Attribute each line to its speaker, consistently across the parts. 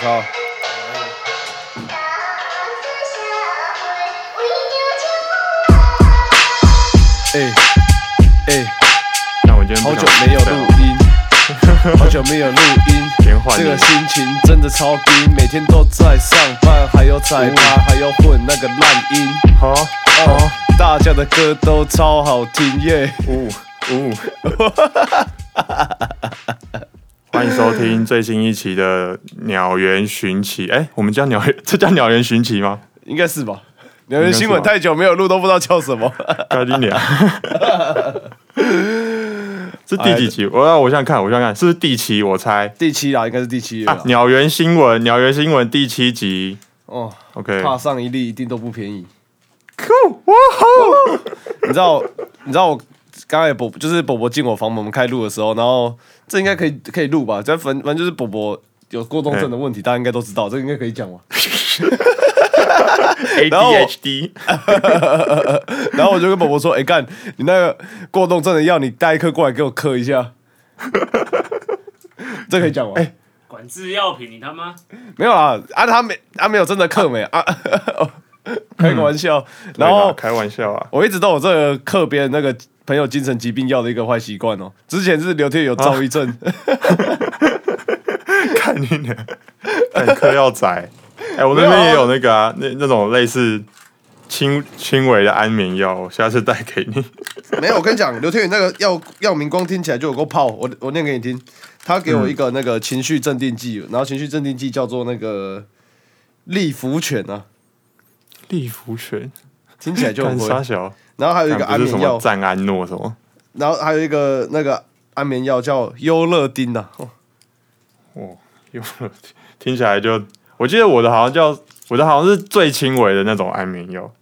Speaker 1: 操！哎哎，
Speaker 2: 那我今天
Speaker 1: 好
Speaker 2: 不
Speaker 1: 久
Speaker 2: 想
Speaker 1: 没有
Speaker 2: 对
Speaker 1: 录
Speaker 2: 啊
Speaker 1: 音，好久没有录音。
Speaker 2: 先换
Speaker 1: 这个
Speaker 2: 你
Speaker 1: 心情真的超低，每天都在上班，还要采
Speaker 2: 哦
Speaker 1: 吧，还要混那个烂音。
Speaker 2: 好
Speaker 1: 哦，大家的歌都超好听耶！
Speaker 2: 五五， 欢迎收听最新一期的鸟园寻奇。哎，我们叫鸟园， 这叫鸟园寻奇吗？
Speaker 1: 应该是吧？纽约新
Speaker 2: 应该是
Speaker 1: 闻
Speaker 2: 吧
Speaker 1: 太久没有录，都不知道叫什么。
Speaker 2: 高丁鸟。 是第几期？我要我想看，我想看，是不是第七？我猜
Speaker 1: 第七啦，应该是第七了
Speaker 2: 啊
Speaker 1: 啦。，
Speaker 2: 鸟园新闻，鸟园新闻第七集。
Speaker 1: 哦，
Speaker 2: OK，
Speaker 1: 踏上一粒一定都不便宜。
Speaker 2: 酷，哇吼！
Speaker 1: 你知道，你知道我刚才伯就是伯伯进我房门，我们开录的时候，然后这应该可以可以录吧？这反反正就是伯伯有过动症的问题，大家应该都知道，这个应该可以讲吧？然后我
Speaker 2: ADHD，
Speaker 1: 然后我就跟伯伯说：“哎、干，你那个过动症的药，你带一颗过来给我嗑一下。” 这可以讲吗？
Speaker 3: 管制药品，你他妈！
Speaker 1: 没有啊，啊他没啊没有真的嗑没啊， 开个玩笑。然
Speaker 2: 对
Speaker 1: 后
Speaker 2: 啦开玩笑啊，
Speaker 1: 我一直都有这个嗑别人那个朋友精神疾病药的一个坏习惯哦。之前是刘天宇有躁郁症，
Speaker 2: 看你俩，看嗑药仔。哎、我那
Speaker 1: 没有啊
Speaker 2: 边也有那个啊，那那种类似轻轻微的安眠药，我下次带给你。
Speaker 1: 没有。我跟你讲，刘天宇那个药药名光听起来就有够泡。我我念给你听，他给我
Speaker 2: 嗯
Speaker 1: 一个那个情绪镇定剂，然后情绪镇定剂叫做那个利福犬啊，
Speaker 2: 利福泉，
Speaker 1: 听起来就
Speaker 2: 干
Speaker 1: 很
Speaker 2: 沙
Speaker 1: 会。
Speaker 2: 小，
Speaker 1: 然后还有一个
Speaker 2: 干
Speaker 1: 安
Speaker 2: 不
Speaker 1: 眠
Speaker 2: 是什么
Speaker 1: 药，
Speaker 2: 赞安诺什么？
Speaker 1: 然后还有一个那个安眠药叫优乐丁呐、啊。
Speaker 2: 哦，有了，听起来就，我记得我的好像叫我的好像是最轻微的那种安眠药，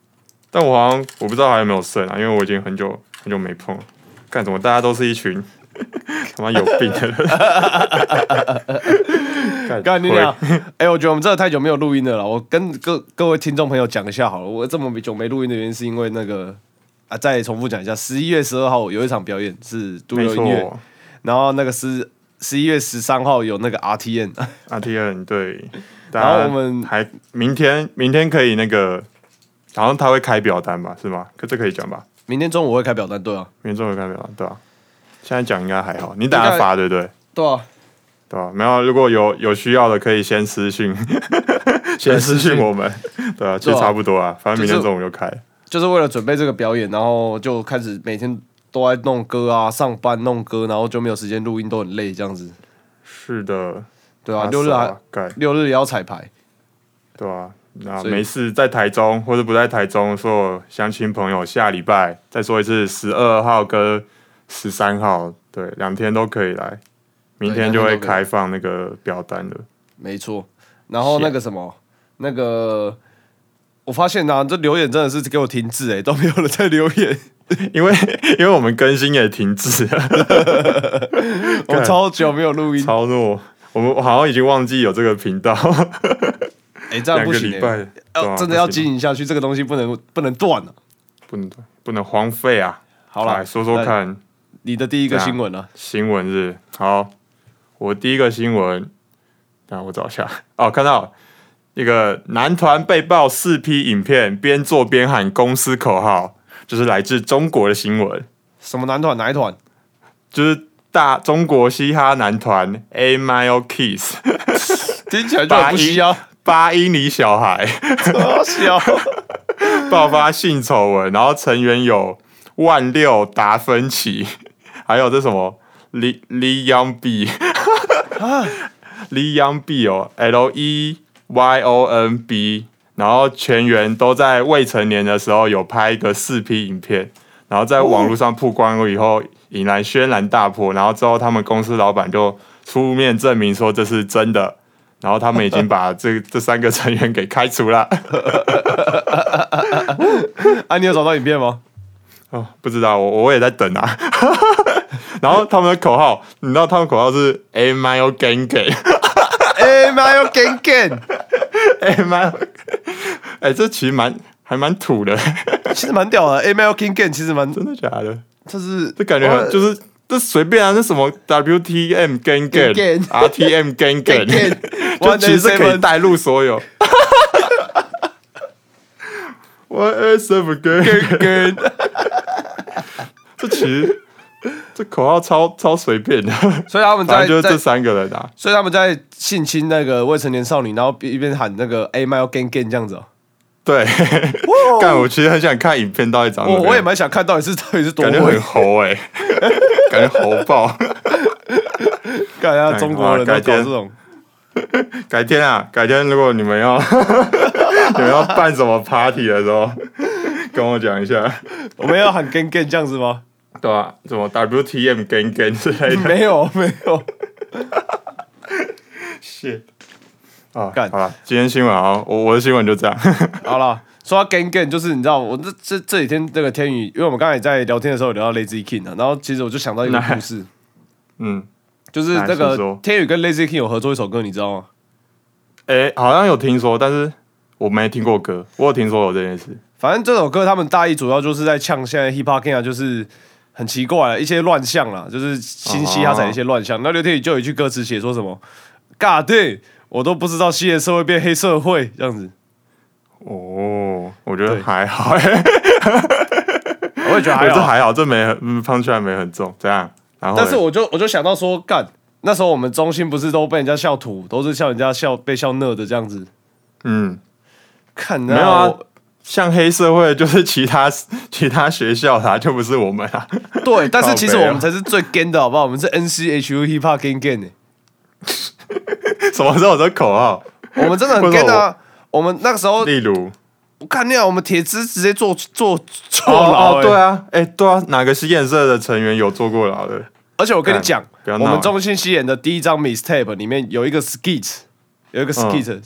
Speaker 2: 但我好像我不知道还有没有剩啊，因为我已经很久很久没碰了。干什么？大家都是一群 他妈有病的人。 干
Speaker 1: 干你俩！哎、我觉得我们真的太久没有录音了啦。我跟各各位听众朋友讲一下好了，我这么久没录音的原因是因为那个啊，再重复讲一下，十一月十二号有一场表演是独
Speaker 2: 没
Speaker 1: 流音乐，
Speaker 2: 错
Speaker 1: 然后那个是十一月十三号有那个 RTN，
Speaker 2: ，R T N 对。大
Speaker 1: 然后
Speaker 2: 家
Speaker 1: 我们
Speaker 2: 还明天明天可以那个，好像他会开表单吧？是吗？可这可以讲吧？
Speaker 1: 明天中午我会开表单，对啊，
Speaker 2: 明天中午开表单对吧、现在讲应该还好，你等下
Speaker 1: 应该
Speaker 2: 发对不对？
Speaker 1: 对啊，
Speaker 2: 对吧、没有，啊如果有有需要的，可以先 私信，先私信我们。对啊，其实差不多啊，反正明天中午就开。
Speaker 1: 就是为了准备这个表演，然后就开始每天都在弄歌啊，上班弄歌，然后就没有时间录音，都很累这样子，
Speaker 2: 是的，
Speaker 1: 对啊，六日还
Speaker 2: 改，
Speaker 1: 六日也要彩排，
Speaker 2: 对啊。那
Speaker 1: 所以
Speaker 2: 没事，在台中或者不在台中，所有相亲朋友下礼拜再说一次，十二号跟十三号，对，两天都可以来。明天就会
Speaker 1: 两天都可以来
Speaker 2: 开放那个表单了。
Speaker 1: 没错。然后那个什么，那个我发现啊，这留言真的是给我停滞哎、都没有人在留 言，
Speaker 2: 因为因为我们更新也停滞了，
Speaker 1: 我们超久没有录音，
Speaker 2: 超诺，我们我好像已经忘记有这个频道，
Speaker 1: 哎、这样
Speaker 2: 两
Speaker 1: 不
Speaker 2: 个
Speaker 1: 行
Speaker 2: 礼
Speaker 1: 哎、
Speaker 2: 拜，对
Speaker 1: 要
Speaker 2: 啊
Speaker 1: 真的要
Speaker 2: 不行
Speaker 1: 经营下去，这个东西不能不能断了、
Speaker 2: 不能不能荒废啊！
Speaker 1: 好啦
Speaker 2: 来说说看
Speaker 1: 你的第一个
Speaker 2: 对啊
Speaker 1: 新闻啊，
Speaker 2: 新闻日。好，我第一个新闻，让我找一下。哦，看到一个男团被曝四批影片，边做边喊公司口号，就是来自中国的新闻，
Speaker 1: 什么男团哪一团？
Speaker 2: 就是大中国嘻哈男团 A Mile Kiss
Speaker 1: 听起来就很不需要，
Speaker 2: 八一里小孩
Speaker 1: 好笑。
Speaker 2: 爆发性丑闻，然后成员有万六达芬奇， 还有这什么 Li Li Yang B。Li Yang B 哦，L E Y O N B，然后全员都在未成年的时候有拍一个四 P 影片，然后在网络上曝光了以后，引来轩然大波，然后之后他们公司老板就出面证明说这是真的。然后他们已经把这 这三个成员给开除了。
Speaker 1: 啊，你有找到影片吗？
Speaker 2: 哦，不知道，我我也在等啊。 然后他们的口号，你知道他们口号是 “A M I O Gang Gang”。
Speaker 1: 哎妈哟，gang gang，
Speaker 2: 哎蛮，哎、这其实蛮还蛮土的，
Speaker 1: 其实蛮屌的。哎妈哟，gang gang，其实蛮
Speaker 2: 真的假的？
Speaker 1: 就是
Speaker 2: 这感觉很就是这随便啊，这什么 WTM gang gang
Speaker 1: Gang gang
Speaker 2: RTM gang gang，就
Speaker 1: One
Speaker 2: 其
Speaker 1: and
Speaker 2: 实可以
Speaker 1: seven
Speaker 2: 带入所有。One and seven gang gang，这其实这口号超超随便的，
Speaker 1: 所以 他们
Speaker 2: 反
Speaker 1: 在
Speaker 2: 正就是
Speaker 1: 在
Speaker 2: 这三个人啊。
Speaker 1: 所以他们在性侵那个未成年少女，然后一边喊那个 A mile gang gang 这样子、哦。
Speaker 2: 对，干我其实很想看影片到底长
Speaker 1: 哦
Speaker 2: 怎
Speaker 1: 我
Speaker 2: 么样，
Speaker 1: 我也蛮想看到底是到底是多欸
Speaker 2: 感觉
Speaker 1: 会
Speaker 2: 很猴哎、感觉猴爆。
Speaker 1: 干啊！中国人都搞这种，
Speaker 2: 改天啊，改天如果你们要 你们要办什么 party 的时候，跟我讲一下，
Speaker 1: 我们要喊 gang gang 这样子吗？
Speaker 2: 对吧、什么 WTM 跟跟之类的，
Speaker 1: 没有没有，
Speaker 2: 是啊，
Speaker 1: 干
Speaker 2: 好了，今天新闻啊，我我的新闻就这样，
Speaker 1: 好了，说到 gang gang，就是你知道我这这这几天这个天宇，因为我们刚才在聊天的时候有聊到 Lazy King 啊，然后其实我就想到一个故事，
Speaker 2: 嗯，
Speaker 1: 就是那
Speaker 2: 来说
Speaker 1: 个
Speaker 2: 说
Speaker 1: 天宇跟 Lazy King 有合作一首歌，你知道吗？
Speaker 2: 诶，好像有听说，但是我没听过歌，我有听说有这件事，
Speaker 1: 反正这首歌他们大意主要就是在呛现在 hip hop gang 啊，就是很奇怪一些乱象啦，就是新嘻
Speaker 2: 哦
Speaker 1: 哈仔一些乱象。那刘天宇就有一句歌词写说什么，God damn，我都不知道西人社会变黑社会这样子，
Speaker 2: 哦，我觉
Speaker 1: 对
Speaker 2: 得还好、欸
Speaker 1: 我也觉得还
Speaker 2: 我这
Speaker 1: 好。啊
Speaker 2: 还好，这没很嗯胖出来没很重，这样，然后嘞，
Speaker 1: 但是我就我就想到说，干那时候我们中心不是都被人家笑土，都是笑人家笑被笑讷的这样子。
Speaker 2: 嗯。
Speaker 1: 看
Speaker 2: 没有啊
Speaker 1: 然后
Speaker 2: 像黑社会就是 其他其他学校的、啊，就不是我们啊。
Speaker 1: 我对，但是其实
Speaker 2: 靠北
Speaker 1: 我
Speaker 2: 啊
Speaker 1: 们才是最 gay 的好不好？我们是 N C H U Hip Hop Gang Gang 呢、
Speaker 2: 什么时候有这口号？
Speaker 1: 我们真的很
Speaker 2: 为什
Speaker 1: gay
Speaker 2: 么
Speaker 1: 啊！我们那个时候，
Speaker 2: 例如，
Speaker 1: 我看那我们铁子直接坐坐坐牢、
Speaker 2: 哦
Speaker 1: 欸
Speaker 2: 哦，对，啊，哎、对啊，哪个实验社的成员有坐过牢的？
Speaker 1: 而且我跟你
Speaker 2: 干
Speaker 1: 讲，
Speaker 2: 不要
Speaker 1: 我
Speaker 2: 闹
Speaker 1: 们
Speaker 2: 欸
Speaker 1: 中信西演的第一张 Mistape 里面有一个 Skit，有
Speaker 2: 嗯
Speaker 1: 一个 Skit，、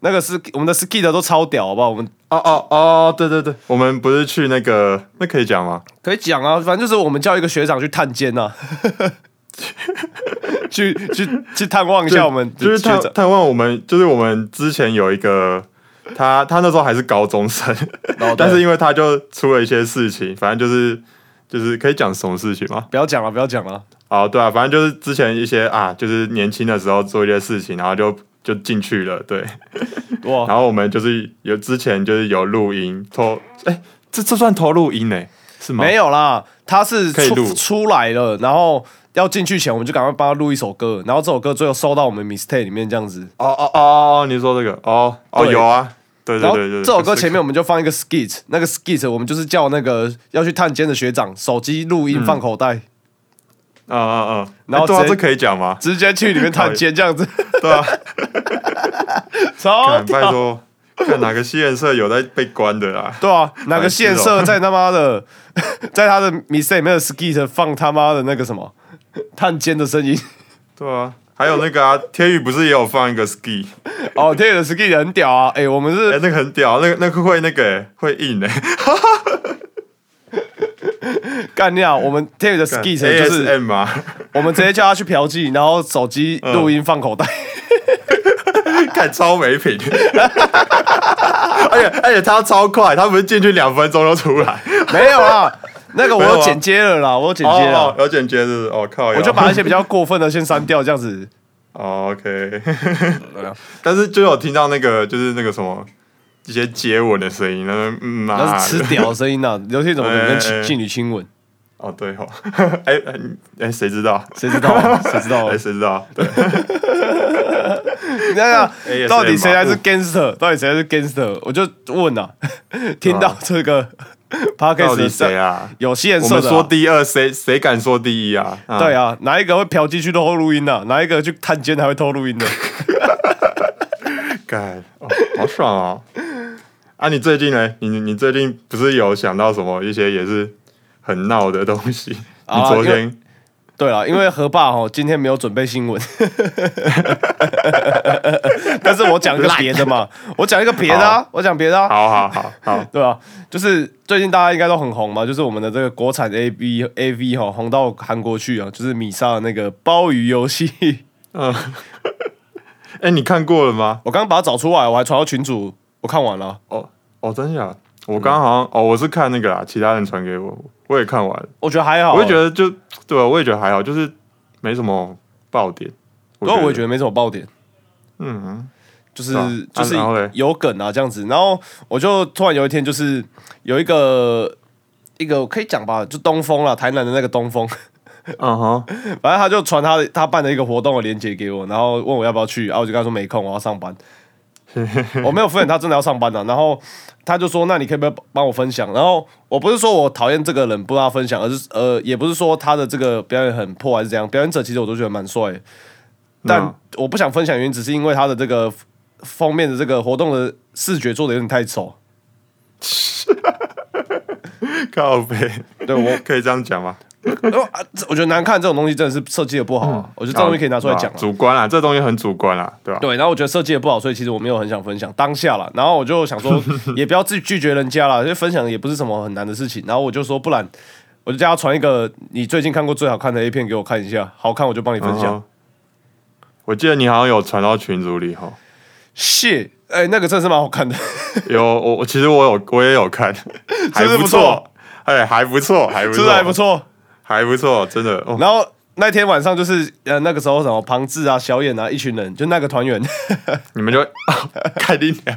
Speaker 1: 那个是我们的 Skit 都超屌，好不好？我们
Speaker 2: 哦哦哦，对对对，我们不是去那个，那可以讲吗？
Speaker 1: 可以讲啊，反正就是我们叫一个学长去探监 呐、啊，去去去探望一下我们的
Speaker 2: 就是
Speaker 1: 学
Speaker 2: 他
Speaker 1: 长，
Speaker 2: 他问我们，就是我们之前有一个。他他那时候还是高中生，
Speaker 1: 对
Speaker 2: 但是因为他就出了一些事情，反正就是就是可以讲什么事情吗？
Speaker 1: 不要讲了，不要讲了，
Speaker 2: 哦，对啊，反正就是之前一些啊，就是年轻的时候做一些事情，然后就就进去了，对。
Speaker 1: 哦哇，
Speaker 2: 然后我们就是有之前就是有录音偷，哎、这这算偷录音呢、是吗？
Speaker 1: 没有啦，他是
Speaker 2: 可以
Speaker 1: 出
Speaker 2: 录
Speaker 1: 出来了，然后要进去前，我们就赶快帮他录一首歌，然后这首歌最后收到我们 mistake 里面这样子，
Speaker 2: 哦哦哦哦，你说这个哦哦
Speaker 1: 对
Speaker 2: 有啊，对对
Speaker 1: 然后
Speaker 2: 对对，
Speaker 1: 这首歌
Speaker 2: 就是
Speaker 1: 前面我们就放一个 skit，那个 skit 我们就是叫那个要去探监的学长手机录音放口袋，
Speaker 2: 嗯嗯嗯，
Speaker 1: 然后
Speaker 2: 哎对啊，
Speaker 1: 直接？
Speaker 2: 这可以讲吗
Speaker 1: 直接去里面探监这样子，
Speaker 2: 对啊，
Speaker 1: 超
Speaker 2: 看拜
Speaker 1: 屌。
Speaker 2: 托，看哪个吸烟社有在被关的啦？
Speaker 1: 对啊，哪个县
Speaker 2: 白痴哦
Speaker 1: 社在他妈的， 在他的 mistake 里面的 skit 放他妈的那个什么探监的声音？
Speaker 2: 对啊，还有那个啊，天宇不是也有放一个 ski，
Speaker 1: 哦，天宇的 skit 很屌啊！哎、我们
Speaker 2: 哎、
Speaker 1: 是
Speaker 2: 那个很屌，那个那个会那个、欸、会 硬哎、
Speaker 1: 干掉我们天宇的 skit 就是
Speaker 2: ASM 啊，
Speaker 1: 我们直接叫他去嫖妓，然后手机
Speaker 2: 嗯
Speaker 1: 录音放口袋。
Speaker 2: 看超没品，而且而且他超快，他不是进去两分钟就出来，
Speaker 1: 没有啦，那个我
Speaker 2: 没有
Speaker 1: 有
Speaker 2: 啊
Speaker 1: 剪接了啦，我有剪接了，
Speaker 2: 哦哦有剪接是不是哦靠，
Speaker 1: 我
Speaker 2: 有
Speaker 1: 就把那些比较过分的先删掉，这样子。
Speaker 2: 哦 OK，但
Speaker 1: 啊
Speaker 2: 是就有听到那个就是那个什么一些接吻的声音，那个嗯
Speaker 1: 那
Speaker 2: 啊
Speaker 1: 是吃屌的声音呐、啊，刘天宇怎么可能跟
Speaker 2: 哎哎
Speaker 1: 妓
Speaker 2: 哎
Speaker 1: 妓女亲吻？
Speaker 2: 哦对哦， 哎哎哎谁知道？
Speaker 1: 谁知道啊？谁知道啊？
Speaker 2: 哎谁知道？对，
Speaker 1: 你 看看，
Speaker 2: ASMR
Speaker 1: 到底谁才是 gangster？到底谁才是 gangster？我就问啊，听到这 个 p o d c a
Speaker 2: 到
Speaker 1: s
Speaker 2: 底
Speaker 1: t
Speaker 2: 谁？啊？
Speaker 1: 有线
Speaker 2: 我
Speaker 1: 社
Speaker 2: 们
Speaker 1: 的
Speaker 2: 说
Speaker 1: 啊、
Speaker 2: 第二，谁谁敢说第一啊？
Speaker 1: 对，啊，哪一个会嫖妓去偷录音啊？哪一个去探监还会偷录音的？
Speaker 2: 干，哦好爽哦！ 啊，你最近呢？你你你最近不是有想到什么一些也是很闹的东西？
Speaker 1: 啊
Speaker 2: 你昨
Speaker 1: 因
Speaker 2: 天
Speaker 1: 对了，因为何爸哦，今天没有准备新闻，但是我讲一个别的嘛，我讲一个别的啊，我讲别的啊，
Speaker 2: 好好好 好，
Speaker 1: 对啊，就是最近大家应该都很红嘛，就是我们的这个国产 A V A V 哈，红到韩国去啊，就是米莎的那个鲍鱼游戏，
Speaker 2: 嗯，哎、你看过了吗？
Speaker 1: 我刚刚把它找出来，我还传到群主，我看完了。
Speaker 2: 哦哦，真的假的？我刚刚
Speaker 1: 嗯
Speaker 2: 好像、哦，我是看那个啦，其他人传给我，我也看完了，
Speaker 1: 我觉得还好，
Speaker 2: 我就觉，得就对啊，我也觉得还好，就是没什么爆点。
Speaker 1: 对啊，我也觉得没什么爆点，
Speaker 2: 嗯，
Speaker 1: 就是、
Speaker 2: 啊
Speaker 1: 就
Speaker 2: 啊
Speaker 1: 是
Speaker 2: 然后嘞
Speaker 1: 有梗啊这样子。然后我就突然有一天，就是有一个一个可以讲吧，就东风啦，台南的那个东风，
Speaker 2: 嗯哼，
Speaker 1: 反正他就传他他办的一个活动的链接给我，然后问我要不要去，然、后我就跟他说没空，我要上班。我没有敷衍他，真的要上班的、然后他就说：“那你可以不要帮我分享？”然后我不是说我讨厌这个人不让他分享，而是呃，也不是说他的这个表演很破还是怎样。表演者其实我都觉得蛮帅的，但
Speaker 2: 嗯
Speaker 1: 我不想分享原因只是因为他的这个封面的这个活动的视觉做的有点太丑。
Speaker 2: 靠背，
Speaker 1: 对我，
Speaker 2: 可以这样讲吗？
Speaker 1: 呃啊这我觉得难看这种东西真的是设计的不好
Speaker 2: 嗯
Speaker 1: 啊、我觉得这东西可以拿出来讲啊
Speaker 2: 啊。主观啊，这东西很主观啊，对吧、
Speaker 1: 对，然后我觉得设计的不好，所以其实我没有很想分享当下啦。然后我就想 说，也不要自己拒绝人家啦，因为分享也不是什么很难的事情。然后我就说，不然我就叫他传一个你最近看过最好看的 A 片给我看一下，好看我就帮你分享。
Speaker 2: 嗯哼我记得你好像有传到群组里哈，
Speaker 1: 谢、哎、那个真的是蛮好看的，
Speaker 2: 有我我其实我有我也有 看，还
Speaker 1: 是不错
Speaker 2: 错，哎，还不错，还不
Speaker 1: 真
Speaker 2: 错，
Speaker 1: 的还不，错。
Speaker 2: 还不错，真的。哦、
Speaker 1: 然后那天晚上就是呃那个时候什么庞志啊、小眼啊一群人，就那个团员
Speaker 2: 你们就 开定点，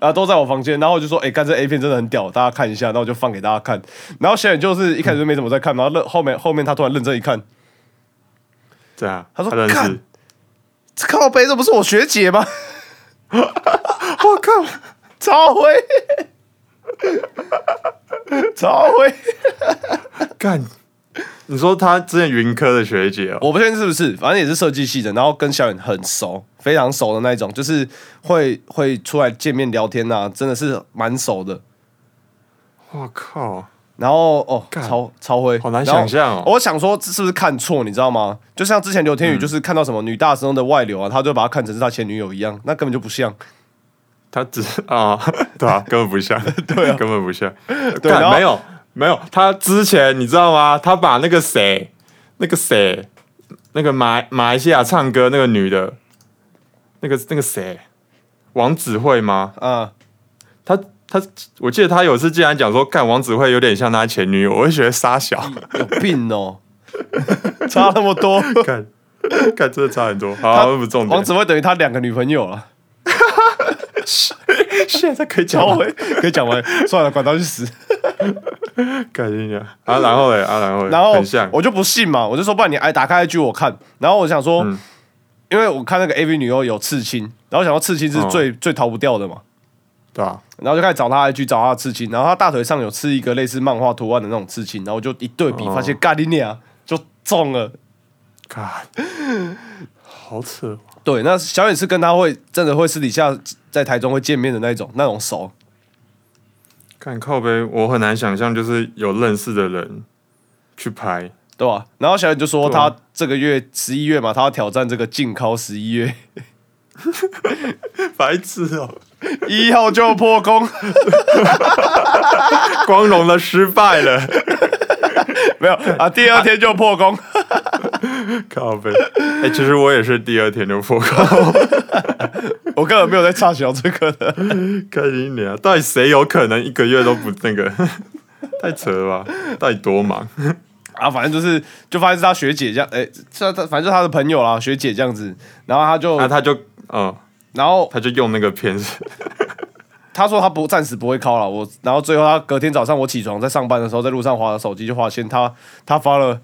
Speaker 1: 啊都在我房间，然后我就说，哎、干这 A 片真的很屌，大家看一下。然后我就放给大家看。然后小眼就是一开始就没怎么在看，然后认后面后面他突然认真一看，
Speaker 2: 这样。
Speaker 1: 他说
Speaker 2: 啊认
Speaker 1: 干
Speaker 2: 识，
Speaker 1: 这靠背这不是我学姐吗？
Speaker 2: 我靠，
Speaker 1: 超 会，超会！
Speaker 2: 干！你说他之前云科的学姐哦，
Speaker 1: 我不确定是不是，反正也是设计系的，然后跟小远很熟，非常熟的那一种，就是会会出来见面聊天呐、啊，真的是蛮熟的。
Speaker 2: 我靠，
Speaker 1: 然后哦，
Speaker 2: 干
Speaker 1: 超超会，
Speaker 2: 好难
Speaker 1: 然后
Speaker 2: 想象哦
Speaker 1: 我想说，这是不是看错？你知道吗？就像之前刘天宇就是看到什么女大生的外流啊，他就把她看成是他前女友一样，那根本就不像。
Speaker 2: 他只是啊，对啊，根本不像，对啊，根本不像，
Speaker 1: 对然
Speaker 2: 干
Speaker 1: 后
Speaker 2: 没有没有，他之前你知道吗？他把那个谁，那个谁，那个马马来西亚唱歌那个女的，那个那个谁，王子慧吗？
Speaker 1: 啊、
Speaker 2: 他他，我记得他有一次竟然讲说，干王子慧有点像他前女友，我就觉得傻小，
Speaker 1: 有病哦，差那么 多。
Speaker 2: 干干真的差很多。好，那不是重点
Speaker 1: 王，子会等于他两个女朋友啊了。
Speaker 2: 现在可以讲
Speaker 1: 然后
Speaker 2: 吗
Speaker 1: 我可以讲完，算了，管他去死。
Speaker 2: 干一下啊，然后嘞啊，然后嘞，
Speaker 1: 然后
Speaker 2: 很像，
Speaker 1: 我就不信嘛，我就说，不然你哎打开 IG 我看。然后我想说，
Speaker 2: 嗯
Speaker 1: 因为我看那个 AV 女优有刺青，然后我想说刺青是最、最逃不掉的嘛，
Speaker 2: 对吧？
Speaker 1: 然后就开始找她 IG 找她的刺青，然后她大腿上有刺一个类似漫画图案的那种刺青，然后我就一对比，
Speaker 2: 哦
Speaker 1: 发现嘎你娘就中了。
Speaker 2: 干，好扯哦。
Speaker 1: 对，那小野是跟她会真的会私底下在台中会见面的那种那种熟，
Speaker 2: 看靠背，我很难想象，就是有认识的人去拍，
Speaker 1: 对吧？然后小野就说
Speaker 2: 对啊
Speaker 1: 她这个月十一月嘛，她要挑战这个禁考十一月
Speaker 2: 白痴哦、
Speaker 1: 一号就破功。
Speaker 2: 光荣的失败了，
Speaker 1: 没有啊，第二天就破功。
Speaker 2: 靠背。哎、其实我也是第二天就破 功，
Speaker 1: 我根本没有在畅想这个的。
Speaker 2: 看你俩，到底谁有可能一个月都不那 个？太扯了吧！到底多 忙？
Speaker 1: 啊，反正就是就发现是他学姐这样，哎、这他反正就是他的朋友啦，学姐这样子。然后他就，
Speaker 2: 那、他就，嗯，
Speaker 1: 然后
Speaker 2: 他就用那个片子，
Speaker 1: 他说他不暂时不会 call 了我，然后最后他隔天早上我起床在上班的时候，在路上划手机就划线，他他发了。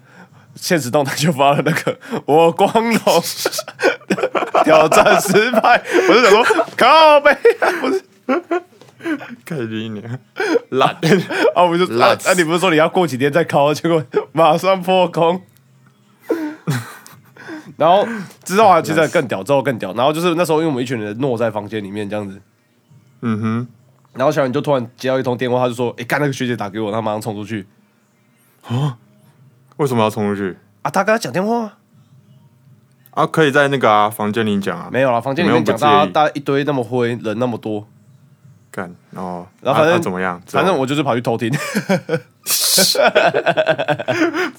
Speaker 1: 现实动态就发了那个 我光荣 挑战失败，我就想说靠呗，不是
Speaker 2: 看你俩，懒。
Speaker 1: 啊，我就啊
Speaker 2: 烂
Speaker 1: 啊，你不是说你要过几天再考，结果马上破功。然后之后啊还其实还更屌，之后更屌。然后就是那时候，因为我们一群人懦在房间里面这样子，
Speaker 2: 嗯哼，
Speaker 1: 然后小远就突然接到一通电话，他就说：“哎，干那个学姐打给我，他马上冲出去
Speaker 2: 为什么要冲出去？
Speaker 1: 啊！”他跟他讲电话吗
Speaker 2: 啊，可以在那个啊房间里讲啊，
Speaker 1: 没有啦，房间里面讲
Speaker 2: 你们
Speaker 1: 大
Speaker 2: 又
Speaker 1: 家
Speaker 2: 不介意
Speaker 1: 大家一堆那么灰，人那么多，
Speaker 2: 干哦，
Speaker 1: 然后反
Speaker 2: 啊
Speaker 1: 正
Speaker 2: 啊怎么样？
Speaker 1: 反正我就是跑去偷听。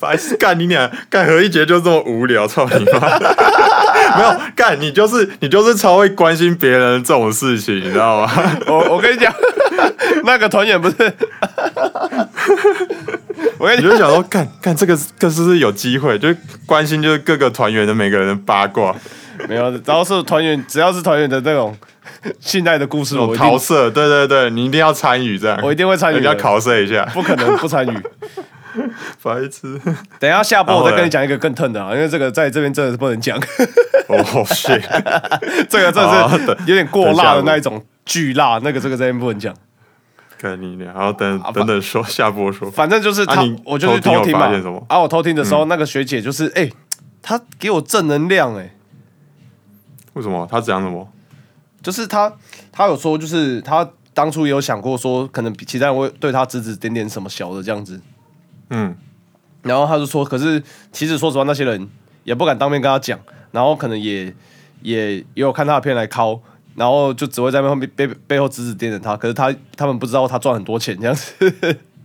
Speaker 2: 白痴干你俩干何一杰就这么无聊，操你妈！没有干，你就是你就是超会关心别人这种事情，你知道 吗？
Speaker 1: 我我跟你讲，那个团员不是，我跟你讲，
Speaker 2: 你就想说，干干这个这是不是有机会？就关心就是各个团员的每个人的八卦，
Speaker 1: 没有，只要是团员，只要是团员的那 种信赖的故事，
Speaker 2: 这
Speaker 1: 我
Speaker 2: 种
Speaker 1: 一
Speaker 2: 桃
Speaker 1: 定
Speaker 2: 色，对对对，你一定要参与这样，
Speaker 1: 我一定会参与
Speaker 2: 人家
Speaker 1: 的，
Speaker 2: 考试一下，
Speaker 1: 不可能不参与。
Speaker 2: 白痴。
Speaker 1: 等一下下播
Speaker 2: 然后
Speaker 1: 我再跟
Speaker 2: 嘞
Speaker 1: 你讲一个更疼的啊，因为这个在这边真的是不 能讲，
Speaker 2: 哦，是，
Speaker 1: 这个真
Speaker 2: 好
Speaker 1: 的是
Speaker 2: 等
Speaker 1: 有点过辣的
Speaker 2: 等下播
Speaker 1: 那一种，巨辣，那个这个在这边不能讲。
Speaker 2: 干你娘！然后等
Speaker 1: 啊反
Speaker 2: 等等说下播说，
Speaker 1: 反正就是
Speaker 2: 啊
Speaker 1: 他，
Speaker 2: 你
Speaker 1: 我就去
Speaker 2: 偷听
Speaker 1: 偷
Speaker 2: 有
Speaker 1: 听
Speaker 2: 发
Speaker 1: 嘛
Speaker 2: 现什么。
Speaker 1: 啊，我偷听的时候，那个学姐就是，哎、她给我正能量、哎，
Speaker 2: 为什么他讲什么？
Speaker 1: 就是她，她有说，就是她当初也有想过说，可能其他人会对她指指点点什么小的这样子。
Speaker 2: 嗯，
Speaker 1: 然后她就说，可是其实说实话，那些人也不敢当面跟她讲，然后可能也也也有看她的片来敲。然后就只会在后面背背后指指点点她，可是她他们不知道她赚很多钱这样子。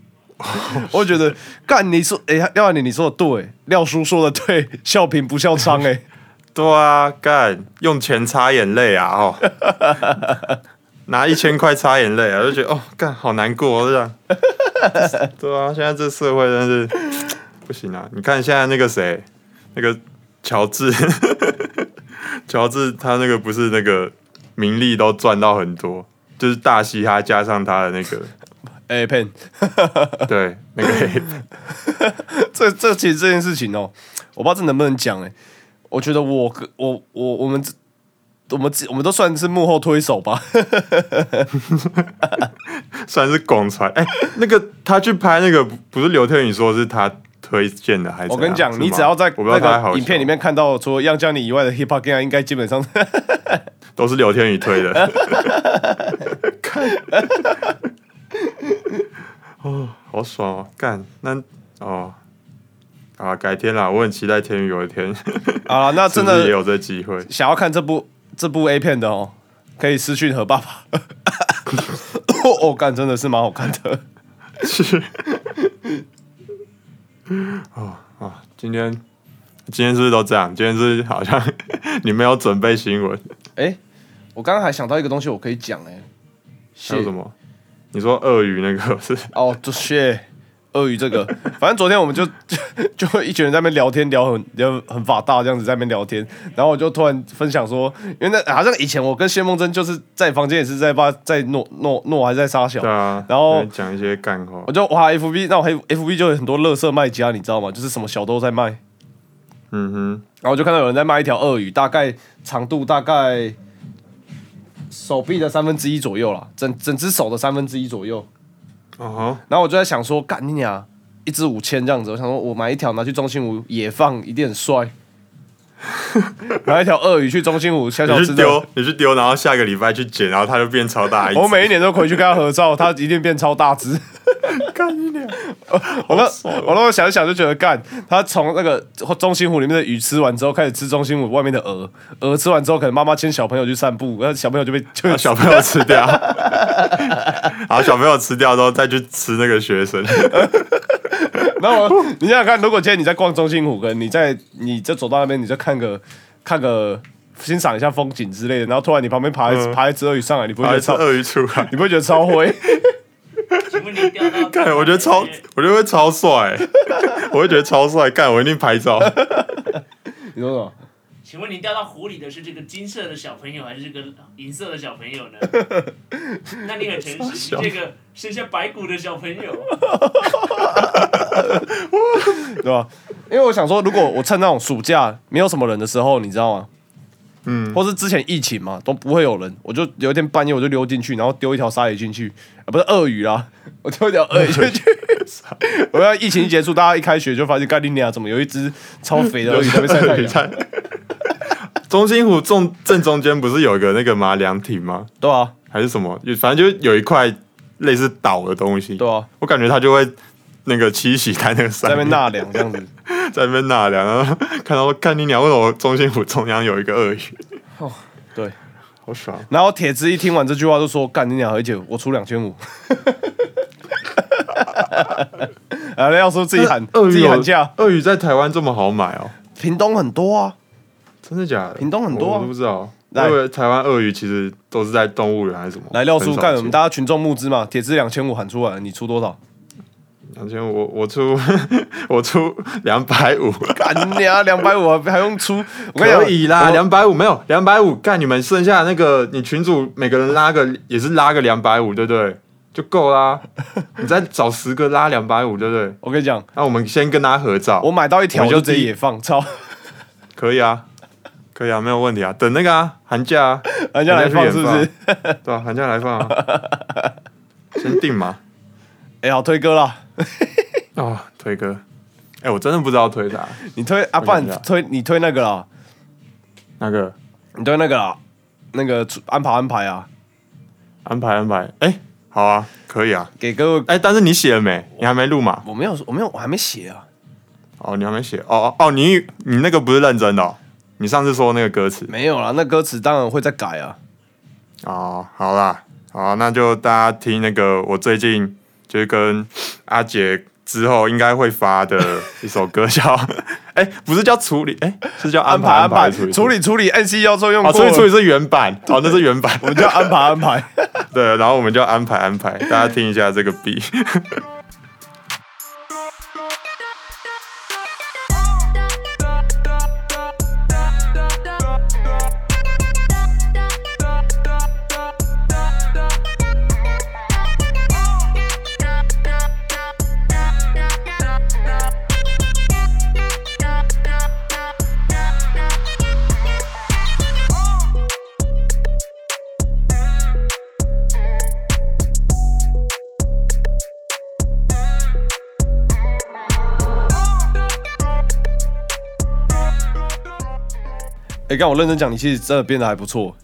Speaker 1: 我觉得干你说，哎、廖安你你说的对， 廖叔说的对， 笑贫不笑娼、哎，
Speaker 2: 对啊，干用钱擦眼泪啊，哦，拿一千块擦眼泪啊，就觉得哦，干好难过哦这样。对啊，现在这社会真是不行啊！你看现在那个谁，那个乔治， 乔治他那个不是那个名利都赚到很多，就是大嘻哈加上他的那个
Speaker 1: 哎、骗，
Speaker 2: 对那个黑
Speaker 1: 这这其实这件事情哦，我不知道这能不能讲哎、我觉得我个我我我们这我们自我们都算是幕后推手吧，
Speaker 2: 算是拱出来。哎、那个他去拍那个，不不是刘天宇说是他推荐的，还是
Speaker 1: 我跟你
Speaker 2: 怎
Speaker 1: 讲，
Speaker 2: 样
Speaker 1: 你
Speaker 2: 是吗
Speaker 1: 只要在
Speaker 2: 我不知道
Speaker 1: 那
Speaker 2: 他还好
Speaker 1: 个影片里面看到除了样江你以外的 hip hop gang，应该基本上
Speaker 2: 笑都是刘天宇推的，看哦，好爽哦，干那哦啊，改天啦，我很期待天宇有一天
Speaker 1: 啊，那
Speaker 2: 是
Speaker 1: 真
Speaker 2: 不是也
Speaker 1: 的
Speaker 2: 有这机会。
Speaker 1: 想要看这部这部 A 片的哦，可以私讯和爸爸。 哦，干真的是蛮好看的。
Speaker 2: 是。哦哦，今天今天是不是都这样？今天是好像 你没有准备新闻，
Speaker 1: 哎、我刚刚还想到一个东西，我可以讲哎、
Speaker 2: 还有什么？你说鳄鱼那个 是？
Speaker 1: 哦，这些鳄鱼这个，反正昨天我们就就就一群人在那边聊天，聊很聊很法大这样子在那边聊天，然后我就突然分享说，因为那好像以前我跟谢梦真就是在房间也是在发在诺诺诺还是在沙小
Speaker 2: 对，啊，
Speaker 1: 然后
Speaker 2: 在讲一些干话
Speaker 1: 我，就哇 FB 那我 FB 就有很多乐色卖家，你知道吗？就是什么小都在卖，
Speaker 2: 嗯哼，
Speaker 1: 然后就看到有人在卖一条鳄鱼，大概长度大概手臂的三分之一左右啦，整整只手的三分之一左右。
Speaker 2: 哦
Speaker 1: 然后我就在想说，干你娘，一只五千这样子，我想说我买一条拿去中心湖野放，一定很 帅。拿一条鳄鱼去中心湖小
Speaker 2: 吼，
Speaker 1: 小
Speaker 2: 你
Speaker 1: 吃
Speaker 2: 去
Speaker 1: 的，
Speaker 2: 丢，你去丢，然后下个礼拜去捡，然后它就变超大一只。
Speaker 1: 我每一年都回去跟他合照，他一定变超大只。
Speaker 2: 干你俩，
Speaker 1: 我都
Speaker 2: 爽哦
Speaker 1: 我都想一想就觉得干，他从那个中心湖里面的鱼吃完之后，开始吃中心湖外面的鹅，鹅吃完之后，可能妈妈牵小朋友去散步，然后小朋友就被就
Speaker 2: 啊把小朋友吃掉， 然后小朋友吃掉之后再去吃那个 学生，
Speaker 1: 然后我你想想看，如果今天你在逛中心湖，跟你在你就走到那边，你就看个看个欣赏一下风景之类的，然后突然你旁边爬一、
Speaker 2: 嗯
Speaker 1: 爬一只鳄鱼上来，你不会觉
Speaker 2: 还
Speaker 1: 得
Speaker 2: 是
Speaker 1: 超，
Speaker 2: 鳄鱼出来
Speaker 1: 你。不会觉得超灰？
Speaker 3: 请问你钓到？ 哎
Speaker 2: 干，我觉得超，我觉得会超帅、 我会觉得超帅。干，我一定拍照。
Speaker 1: 你说什么？
Speaker 3: 请问你钓到湖里的是这个金色的小朋友，还是这个银色的小朋友 呢？那你很诚实，
Speaker 2: 小
Speaker 3: 你这个剩下白骨的小朋友，
Speaker 1: 对吧？因为我想说，如果我趁那种暑假没有什么人的时候，你知道吗？嗯，或是之前疫情嘛，都不会有人，我就有一天半夜我就溜进去，然后丢一条鲨鱼进去，啊，不是鳄鱼啦， 我丢一条鳄鱼进 去。我要疫情一结束，大家一开学就发现，干你娘，怎么有一只超肥的鳄鱼在被晒 太阳？
Speaker 2: 在中心湖正正中间不是有一个那个马凉亭吗？
Speaker 1: 对啊，
Speaker 2: 还是什么？有反正就有一块类似岛的东西。
Speaker 1: 对啊，
Speaker 2: 我感觉他就会那个栖息在那个
Speaker 1: 在
Speaker 2: 山
Speaker 1: 那边
Speaker 2: 面，
Speaker 1: 纳凉这样子。
Speaker 2: 在那边纳凉，然后 看到看你鸟，为什么中心湖中央有一个鳄 鱼？
Speaker 1: 对，
Speaker 2: 好爽！
Speaker 1: 然后铁子一听完这句话就说：“干你俩何姐，我出两千 五。”啊，要说自己喊
Speaker 2: 鳄
Speaker 1: 自
Speaker 2: 鱼
Speaker 1: 己
Speaker 2: 有
Speaker 1: 喊价，
Speaker 2: 鳄鱼在台湾这么好买哦？
Speaker 1: 屏东很多啊，
Speaker 2: 真的假的？
Speaker 1: 屏东很多啊
Speaker 2: 我我都不知道。我
Speaker 1: 来
Speaker 2: 以为台湾鳄鱼其实都是在动物园还是什么？
Speaker 1: 来廖叔干，我们
Speaker 2: 大
Speaker 1: 大家群众募资嘛，铁资两千五喊出来，你出多少？
Speaker 2: 两千，我我出我出两百五，
Speaker 1: 干你 啊，两百五还还用出？我跟你讲
Speaker 2: 可以啦，
Speaker 1: 啊我
Speaker 2: 两百五没有两百五，干你们剩下那个你群主每个人拉个也是拉个两百五，对不对？就够啦，你再找十个拉两百五，对不对？
Speaker 1: 我跟你讲，
Speaker 2: 那我们先跟他合照，
Speaker 1: 我买到一条
Speaker 2: 我
Speaker 1: 我
Speaker 2: 就
Speaker 1: 就直接
Speaker 2: 第一
Speaker 1: 野放，操！
Speaker 2: 可以啊，可以啊，没有问题啊。等那个啊，寒假啊，
Speaker 1: 寒假来放是不
Speaker 2: 寒假
Speaker 1: 是
Speaker 2: 去？演放？对啊，寒假来放啊，先定嘛。
Speaker 1: 哎、好推歌啦！
Speaker 2: 哦，推歌，哎、我真的不知道推啥，
Speaker 1: 你推啊，不
Speaker 2: 我想一下
Speaker 1: 然推你推那个啦，
Speaker 2: 那个
Speaker 1: 你推那个啦，那个出安排安排啊，
Speaker 2: 安排安排，哎、好啊，可以啊，
Speaker 1: 给各位。
Speaker 2: 哎、但是你写了没？你还没录嘛？
Speaker 1: 我没有，我没有，我还没写啊。
Speaker 2: 哦，你还没写，哦哦哦，你你那个不是认真的、哦，你上次说那个歌词，
Speaker 1: 没有啦，那歌词当然会再改啊。
Speaker 2: 哦，好啦，好啊，那就大家听那个我最近就是跟阿杰之后应该会发的一首歌叫， 哎、不是叫处理，哎、是叫安排
Speaker 1: 安排，
Speaker 2: 处理
Speaker 1: 处理啊处理，N C 要作用
Speaker 2: 哦，
Speaker 1: 过。
Speaker 2: 处理处理是原版，哦，那是原版，
Speaker 1: 我们叫安排安排。
Speaker 2: 对，然后我们就安排安排，大家听一下这个 B，
Speaker 1: 哎、干我认真讲，你其实真的变得还不 错。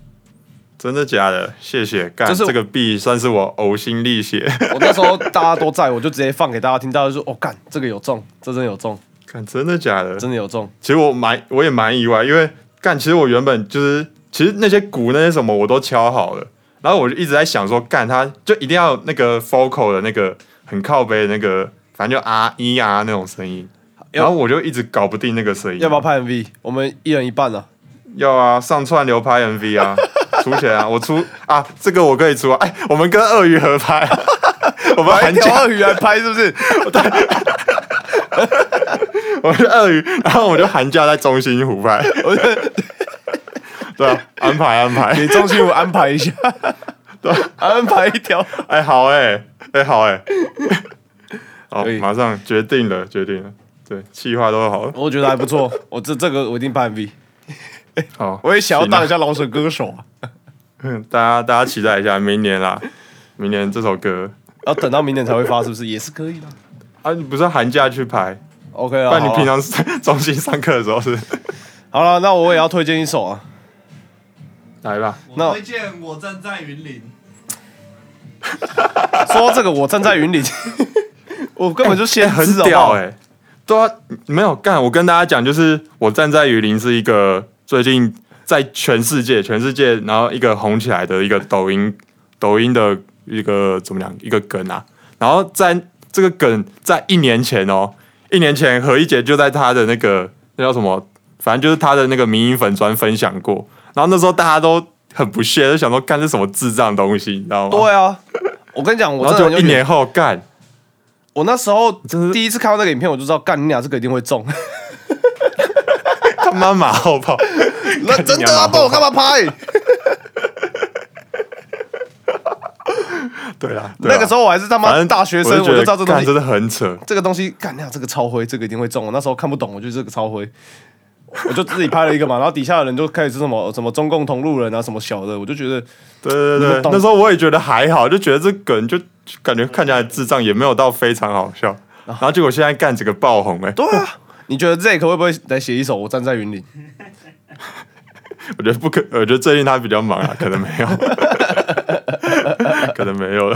Speaker 2: 真的假的？谢谢，干，
Speaker 1: 就是
Speaker 2: 这个 B 算是我呕心沥血，
Speaker 1: 我那时候大家都在，我就直接放给大家听，大家就说：“哦，干，这个有中，这真的有中，
Speaker 2: 看真的假的？
Speaker 1: 真的有中。
Speaker 2: 其实我蛮我也蛮意外，因为干，其实我原本就是，其实那些鼓那些什么我都敲好了，然后我就一直在想说，干，它就一定要有那个 focal 的那个很靠背的那个，反正就啊一啊那种声音，
Speaker 1: 要
Speaker 2: 然后我就一直搞不定那个声音，
Speaker 1: 要不要拍 MV？我们一人一半啊。
Speaker 2: 要啊，上串流拍 MV 啊， 出钱啊，我出啊，这个我可以出啊，哎，我们跟鳄鱼合拍、啊 我们寒
Speaker 1: 还啊钓
Speaker 2: 假
Speaker 1: 鳄鱼来拍是不是？
Speaker 2: 我是鳄鱼，然后我就寒假在中心湖拍，
Speaker 1: 我觉得
Speaker 2: 对啊，安排安排，
Speaker 1: 给中心我安排一 下，
Speaker 2: 对啊
Speaker 1: 安排一 条。
Speaker 2: 哎、好哎、哎、好 哎、好
Speaker 1: 可以，
Speaker 2: 马上决定了，决定了，对，计划都好了，
Speaker 1: 我觉得还不错，我这这个我一定拍 MV。
Speaker 2: 好，
Speaker 1: 我也想要
Speaker 2: 行啊
Speaker 1: 当一下老舍歌手啊，
Speaker 2: 嗯 大家大家期待一下，明年啦，明年这首歌
Speaker 1: 要等到明年才会发，是不是？也是可以的。
Speaker 2: 啊，你不是寒假去排，
Speaker 1: OK 啊，
Speaker 2: 不然你
Speaker 1: 好啊
Speaker 2: 平常中心上 课的时候是，
Speaker 1: 好了，那我也要推荐一首啊。
Speaker 2: 来吧，
Speaker 1: 那
Speaker 4: 我推荐我站在云林，
Speaker 1: 说到这个，我站在云里， 我根本就先
Speaker 2: 哎很
Speaker 1: 知道
Speaker 2: 屌哎、对啊，没有干，我跟大家讲，就是我站在雨林是一个最近在全世界、全世界，然后一个红起来的一个抖音、抖音的一个怎么讲一个梗啊，然后在这个梗在一年前哦，一年前何一姐就在她的那个那叫什么，反正就是她的那个民音粉专分享过，然后那时候大家都很不屑，就想说干这什么智障东西，你知道吗？
Speaker 1: 对啊，我跟你讲，我
Speaker 2: 然
Speaker 1: 真
Speaker 2: 后
Speaker 1: 的很
Speaker 2: 就
Speaker 1: 有
Speaker 2: 一
Speaker 1: 远
Speaker 2: 年后干，
Speaker 1: 我那时候
Speaker 2: 真是
Speaker 1: 第一次看到那个影片，我就知道，干你俩这个一定会中。
Speaker 2: 他妈马后 炮。
Speaker 1: 那真的啊，
Speaker 2: 干你娘
Speaker 1: 不然我干嘛拍？
Speaker 2: 对啦，对 啦啊
Speaker 1: 那个时候我还是他
Speaker 2: 反
Speaker 1: 妈
Speaker 2: 正
Speaker 1: 大学生，我
Speaker 2: 我觉
Speaker 1: 就
Speaker 2: 得
Speaker 1: 知道这东
Speaker 2: 干真
Speaker 1: 西，
Speaker 2: 的很扯。
Speaker 1: 这个东西，干你俩这个超灰，这个一定会中。我那时候看不懂，我就这个超灰，我就自己拍了一个嘛，然后底下的人就开始是什么什么中共同路人啊，什么小的，我就觉得
Speaker 2: 对对
Speaker 1: 你
Speaker 2: 对
Speaker 1: 们
Speaker 2: 对
Speaker 1: 懂，
Speaker 2: 那时候我也觉得还好，就觉得这梗就就感觉看起来智障，也没有到非常好笑。
Speaker 1: 啊
Speaker 2: 然后结果现在干这个爆红 哎、
Speaker 1: 对啊。你觉得 Zack 会不会来写一首《我站在云里》？
Speaker 2: 我觉得不可，我觉得最近他比较忙啊，可能没有， 可能没有了，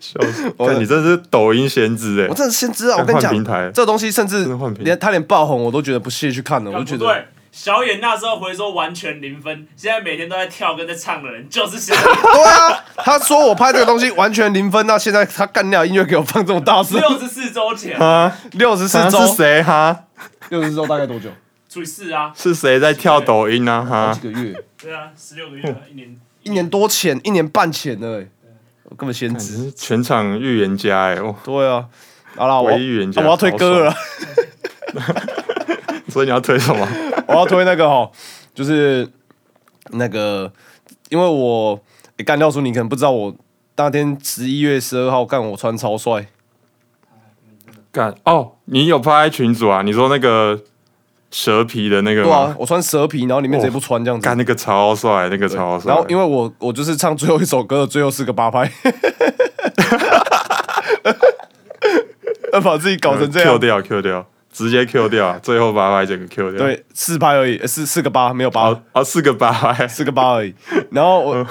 Speaker 2: 笑死！
Speaker 1: 我
Speaker 2: 看你真的是抖音先知哎、
Speaker 1: 我真的先知道，我跟你
Speaker 2: 换平台
Speaker 1: 讲，这东西甚至
Speaker 2: 真的换平台
Speaker 1: 连他连爆红我都觉得不屑去看了，我
Speaker 3: 啊
Speaker 1: 就
Speaker 3: 不
Speaker 1: 觉得
Speaker 3: 对，小野那时候回说完全零分，现在每天都在跳跟在唱的人就是 小野，
Speaker 1: 对啊。他说我拍这个东西完全零分，那现在他干掉音乐给我放这么大声，
Speaker 3: 六十四周前
Speaker 2: 啊，
Speaker 1: 六十四
Speaker 2: 他
Speaker 1: 周，
Speaker 2: 是谁哈？
Speaker 1: 六十四周大概多久？
Speaker 3: 除以四啊，
Speaker 2: 是谁在跳抖音呢、
Speaker 1: 好
Speaker 2: 哈
Speaker 1: 几，个月，
Speaker 3: 对啊，十六个月啊，一年
Speaker 1: 一年多前，一年半前了、欸，我根本先
Speaker 2: 只
Speaker 1: 知。
Speaker 2: 是全场预言家哎、哦，
Speaker 1: 对啊，好啦，我、
Speaker 2: 唯一预言家
Speaker 1: 啊我要推歌了，
Speaker 2: 所以你要推什么？
Speaker 1: 我要推那个哈，就是那个，因为我欸干掉叔，你可能不知道我。那天十一月十二号，干我穿超帅，
Speaker 2: 干哦，你有发在群组啊？你说那个蛇皮的那个
Speaker 1: 对啊
Speaker 2: 吗？，哦
Speaker 1: 我穿蛇皮，然后里面直接不穿这样子
Speaker 2: 干、，那个超帅，那个超帅。
Speaker 1: 然后因为我我就是唱最后一首歌的最后四个八 拍，要把自己搞成这
Speaker 2: 嗯 Q
Speaker 1: 样。
Speaker 2: 掉 Q 掉，直接 Q 掉，最后八拍整个 Q 掉。，
Speaker 1: 对，四拍而已，呃四四个八，没有八
Speaker 2: 哦，哦，四个八拍，
Speaker 1: 四个八而已。然后我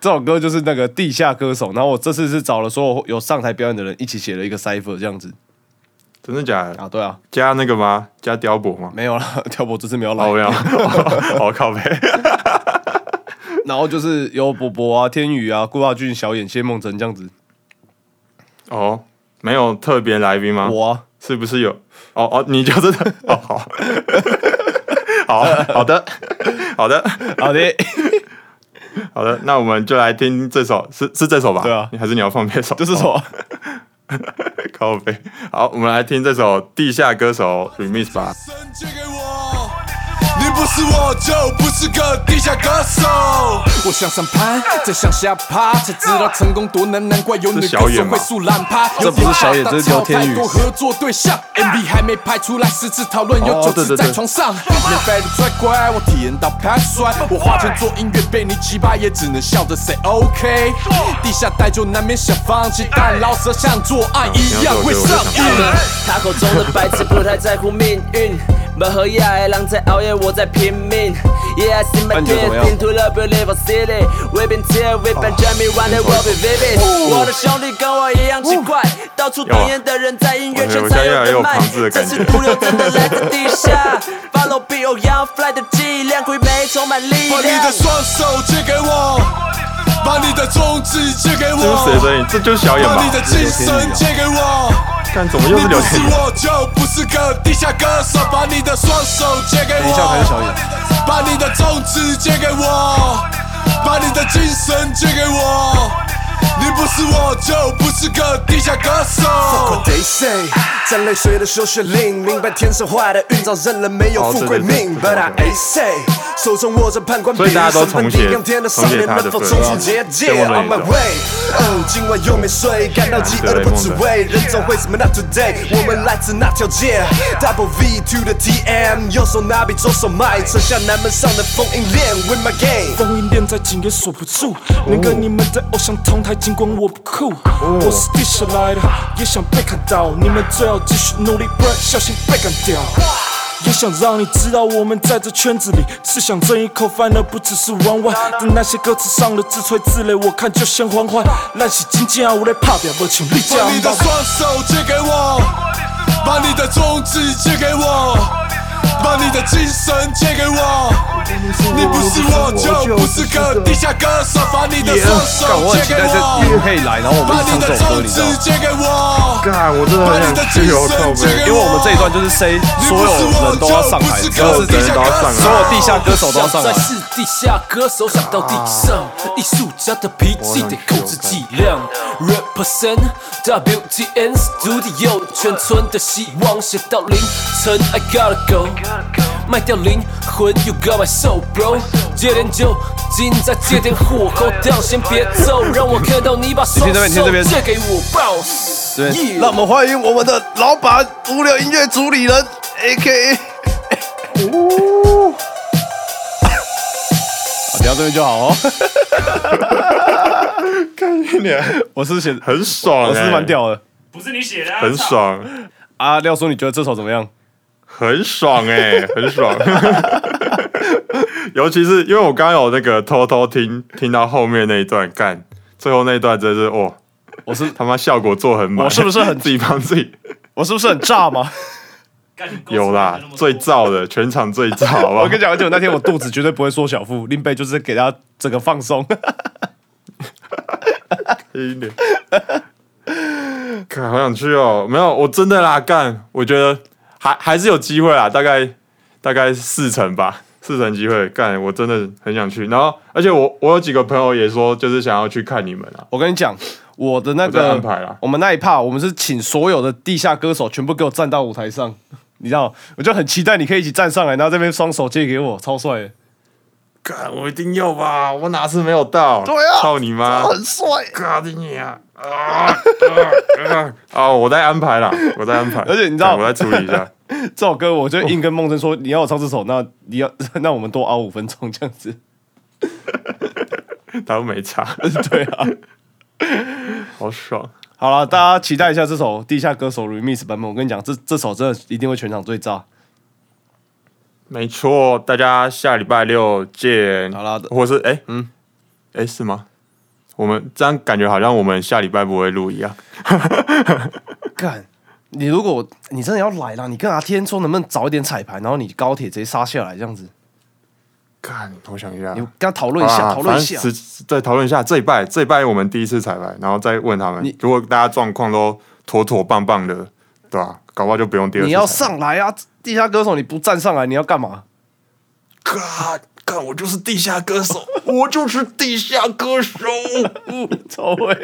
Speaker 1: 这首歌就是那个地下歌手，然后我这次是找了所有有上台表演的人一起写了一个 cipher 这样子
Speaker 2: 真的假的？
Speaker 1: 啊，对啊，
Speaker 2: 加那个吗？加雕博吗？
Speaker 1: 没有了， 跳波这次没有来
Speaker 2: 哦，。没有， 哦靠背，
Speaker 1: 然后就是有伯伯啊、天宇啊、顾大俊、小眼、谢梦辰这样子，
Speaker 2: 哦，没有特别来宾吗？
Speaker 1: 我啊
Speaker 2: 是不是有？哦哦，你就是 他哦，好，好好的，好的，
Speaker 1: 好的，
Speaker 2: 好的，那我们就来听这首，是是这首吧？
Speaker 1: 对啊
Speaker 2: 还是你要放别 首？
Speaker 1: 就是啊
Speaker 2: 哦
Speaker 1: 说
Speaker 2: 靠背。好，我们来听这首《地下歌手》remix 吧。
Speaker 5: 神借给我，你不是我就不是个地下歌手。我向上攀，再向下爬，才知道成功多难，难怪有女歌手会速懒趴。
Speaker 1: 这不是小野这是刘天宇
Speaker 5: 多合作对象，MV 还没拍出来，十次讨论有
Speaker 2: 哦
Speaker 5: 九
Speaker 2: 对对
Speaker 5: 次
Speaker 2: 对
Speaker 5: 在床上。免费的拽乖，我体验到盘酸。我花钱做音乐被你击败，也只能笑着 say OK。地
Speaker 1: 哦
Speaker 5: 下带就难免想放弃，但老舌像做爱一
Speaker 1: 哦
Speaker 5: 样会上瘾。
Speaker 6: 他口中的白痴不太在乎命运。不和夜的人在熬夜，我在拼命。Yeah, I see my
Speaker 1: 那你觉得怎么
Speaker 6: dreams
Speaker 1: 样
Speaker 6: into the beautiful city. We've been here, we've
Speaker 2: Oh，
Speaker 6: been dreaming, one day we'll be vivid.
Speaker 2: 哦
Speaker 6: 我的兄弟跟我一样奇怪，到处
Speaker 2: 有啊
Speaker 6: 等烟的人在音乐
Speaker 2: 哦我
Speaker 6: 圈
Speaker 2: 现在
Speaker 6: 才
Speaker 2: 越来越有
Speaker 6: 人脉
Speaker 2: 庞氏的。
Speaker 6: 这
Speaker 2: 感觉
Speaker 6: 是毒瘤真的来自地下。Follow B O Young Fly 的剂量，鬼魅充满力
Speaker 5: 把你
Speaker 6: 量
Speaker 5: 的。双手借给我，把你的中指借给
Speaker 2: 这是谁的
Speaker 5: 我，
Speaker 2: 声音？这就是小野
Speaker 5: 把
Speaker 2: 吧
Speaker 5: 你？的精神借给我。
Speaker 2: 看，怎么
Speaker 5: 你
Speaker 2: 又是
Speaker 5: 不
Speaker 2: 刘天
Speaker 5: 是
Speaker 2: 宇？
Speaker 5: 我就不是个地下歌手，把你的双手借给
Speaker 1: 等一下还是小野
Speaker 5: 我，把你的中指借给我，把你的精神借给我。你不是我就不是个地下歌手
Speaker 7: What。they say，沾泪水的修学令，明白天生坏的运，造人人没有
Speaker 2: 哦
Speaker 7: 富
Speaker 2: 对
Speaker 7: 贵
Speaker 2: 对对
Speaker 7: 命。
Speaker 2: 对
Speaker 7: But
Speaker 2: 对
Speaker 7: I
Speaker 2: 对
Speaker 7: say，手中握着判官笔，
Speaker 2: 所以大家都
Speaker 7: 身
Speaker 2: 重
Speaker 7: 份
Speaker 2: 写
Speaker 7: 低扬天的少
Speaker 2: 重写
Speaker 7: 年
Speaker 2: 他的
Speaker 7: 能否
Speaker 2: 对
Speaker 7: 冲出结界
Speaker 2: 对我们也
Speaker 7: ？On my
Speaker 2: 有
Speaker 7: way，哦，今晚又没睡，感到饥饿的不只味，人总会什么 Not today，我们来自那条街，Double V to the TM，右手拿笔，左手麦，扯下南门上的封印链，Win my game。
Speaker 8: 封印链再紧也锁不住，能跟你们的偶像同台，尽管我不酷，我是地下来的，也想被看到，你们最好继续努力，不然小心被干掉。也想让你知道，我们在这圈子里是想争一口饭，而不只是玩玩。在那些歌词上的自吹自擂，我看就像欢欢。烂喜金剑啊，我来怕表，无情力将
Speaker 5: 把你的双手借给我，把你的中指借给我，把你的精神借给我。你不是我就不是个地下歌手，把你的双
Speaker 1: 干
Speaker 5: 手
Speaker 1: 我很
Speaker 5: 借
Speaker 1: 期
Speaker 5: 给
Speaker 1: 待这
Speaker 5: 我
Speaker 1: 幕，可以来，然后我们
Speaker 5: 把
Speaker 1: 一起
Speaker 5: 你
Speaker 1: 唱这
Speaker 5: 的
Speaker 1: 首歌，
Speaker 5: 中
Speaker 1: 你知道吗
Speaker 5: 指？借给我，
Speaker 2: 干，我真的
Speaker 5: 把
Speaker 2: 很
Speaker 5: 你
Speaker 2: 想
Speaker 5: 的
Speaker 2: 去
Speaker 5: 精
Speaker 2: 哦，靠
Speaker 5: 神借
Speaker 2: 背。
Speaker 1: 因
Speaker 5: 给
Speaker 1: 为我们这一段就是 say 所有人都要上台，
Speaker 5: 你
Speaker 1: 只
Speaker 5: 不是我
Speaker 1: 要
Speaker 5: 就是不
Speaker 1: 地
Speaker 5: 是
Speaker 1: 下
Speaker 5: 个
Speaker 1: 所有地下歌手都要上
Speaker 6: 再
Speaker 1: 来。
Speaker 6: 是地下歌手，想到地
Speaker 1: 啊
Speaker 6: 上，艺术家的脾气得控制剂量。Represent WTN Studio，全村的希望写到凌晨，I gotta go，卖掉灵魂，You got my soul bro。接点酒精，再接点火候，掉先别走，让我看到你把双
Speaker 1: 你听这边你听
Speaker 6: 手
Speaker 1: 这边
Speaker 6: 借给我 bounce。
Speaker 1: 对
Speaker 6: Yeah
Speaker 1: 让我们欢迎我们的老板无聊音乐主理人 A K A。好，聊这边就好哦。 我是写，
Speaker 2: 很爽、欸，
Speaker 1: 我是蛮，屌的
Speaker 3: 不是你写的、啊，
Speaker 2: 很
Speaker 3: 操。
Speaker 2: 爽，
Speaker 1: 啊。廖叔，你觉得这首怎么样？
Speaker 2: 很爽哎、很爽。 尤其是因为我刚刚有那个偷偷听听到后面那一段，干最后那一段真是哦，
Speaker 1: 我是
Speaker 2: 他妈效果做很满，
Speaker 1: 我是不是很
Speaker 2: 自己帮自己？
Speaker 1: 我是不是很炸 吗？
Speaker 3: 干你够
Speaker 2: 有啦
Speaker 3: 出来的那么，多
Speaker 2: 最燥的全场最燥，好不好
Speaker 1: 我跟你？讲，而且我那天我肚子绝对不会缩小腹，林北就是给大家整个放松。
Speaker 2: 一点。 看，好想去哦！没有，我真的啦，干，我觉得还还是有机会啦，大概大概四成吧，四成机会。干，我真的很想去。然后，而且我我有几个朋友也说，就是想要去看你们啊。
Speaker 1: 我跟你讲，我的那
Speaker 2: 我在
Speaker 1: 个
Speaker 2: 安排啦
Speaker 1: 我们那一趴，我们是请所有的地下歌手全部给我站到舞台上，你知道，我就很期待你可以一起站上来，然后这边双手借给我，超帅的，
Speaker 2: 干，我一定要吧！我哪次没有到？对
Speaker 1: 啊
Speaker 2: 操你妈！
Speaker 1: 帅。
Speaker 2: 干你啊！啊啊啊！啊我在安排啦，我在安排。
Speaker 1: 而且你知道
Speaker 2: 干我在处理一下。
Speaker 1: 这首歌我就硬跟梦真说，你要我唱这首，那你要 那我们多熬五分钟这样子。
Speaker 2: 他们没差，
Speaker 1: 对啊，
Speaker 2: 好爽。
Speaker 1: 好了，大家期待一下这首地下歌手 remix 版本。我跟你讲，这这首真的一定会全场最炸。
Speaker 2: 没错，大家下礼拜六见。
Speaker 1: 好啦
Speaker 2: 或是哎、嗯，哎、是吗？我们这样感觉好像我们下礼拜不会录一样。
Speaker 1: 干，你如果你真的要来啦，你跟阿天说能不能早一点彩排，然后你高铁直接杀下来这样子，
Speaker 2: 干，我想一下，
Speaker 1: 你跟他讨论一下，
Speaker 2: 啊
Speaker 1: 讨论一
Speaker 2: 反
Speaker 1: 下。
Speaker 2: 正是对，讨论一下。这一拜，这一拜我们第一次彩排，然后再问他们
Speaker 1: 你，
Speaker 2: 如果大家状况都妥妥棒棒的，对吧、搞不好就不用第二次。
Speaker 1: 你要，上来啊，地下歌手你不站上来，你要干嘛？
Speaker 2: 干干，我就是地下歌手，我就是地下歌手。
Speaker 1: 超会。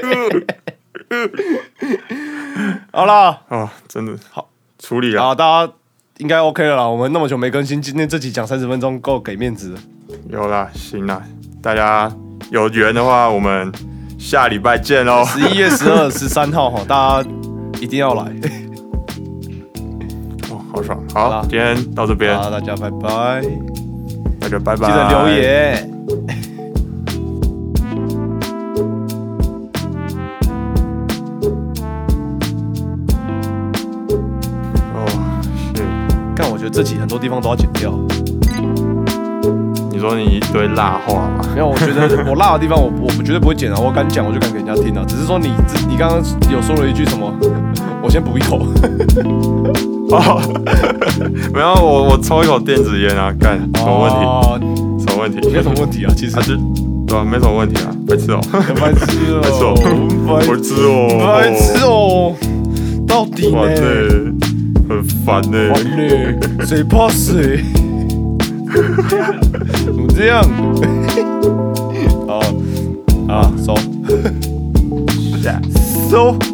Speaker 1: 好啦，
Speaker 2: 啊、真的好处理啊，
Speaker 1: 好，大家应该 OK 了啦。我们那么久没更新，今天这集讲三十分钟够给面子了。
Speaker 2: 有啦，行啦，大家有缘的话，我们下礼拜见哦喽。
Speaker 1: 十一月十二、 十三号哈，大家一定要来。
Speaker 2: 哦，好爽，
Speaker 1: 好
Speaker 2: 好，
Speaker 1: 啦
Speaker 2: 今天到这边，
Speaker 1: 好，大家拜拜，记
Speaker 2: 大家拜拜，
Speaker 1: 得留。言。
Speaker 2: 哦，是，
Speaker 1: 但我觉得这集很多地方都要剪掉，
Speaker 2: 你说你一堆辣话嘛？
Speaker 1: 没有，我觉得我辣的地方我我绝对不会剪啊，我敢讲我就敢给人家听啊。只是说你你刚刚有说了一句什么， 我先补一口。
Speaker 2: 哦， 没有，我我抽一口电子烟啊，干，什么问题？
Speaker 1: 题？
Speaker 2: 什么问题？
Speaker 1: 哦没有什么问题啊，其实
Speaker 2: 啊，。就对啊，没什么问题啊，白痴哦，
Speaker 1: 白痴哦，
Speaker 2: 白痴哦，
Speaker 1: 白痴哦，到底
Speaker 2: 哇塞
Speaker 1: 呢？，
Speaker 2: 很烦呢、
Speaker 1: 完了，谁怕谁？怎么这样？ 好，啊，收，收。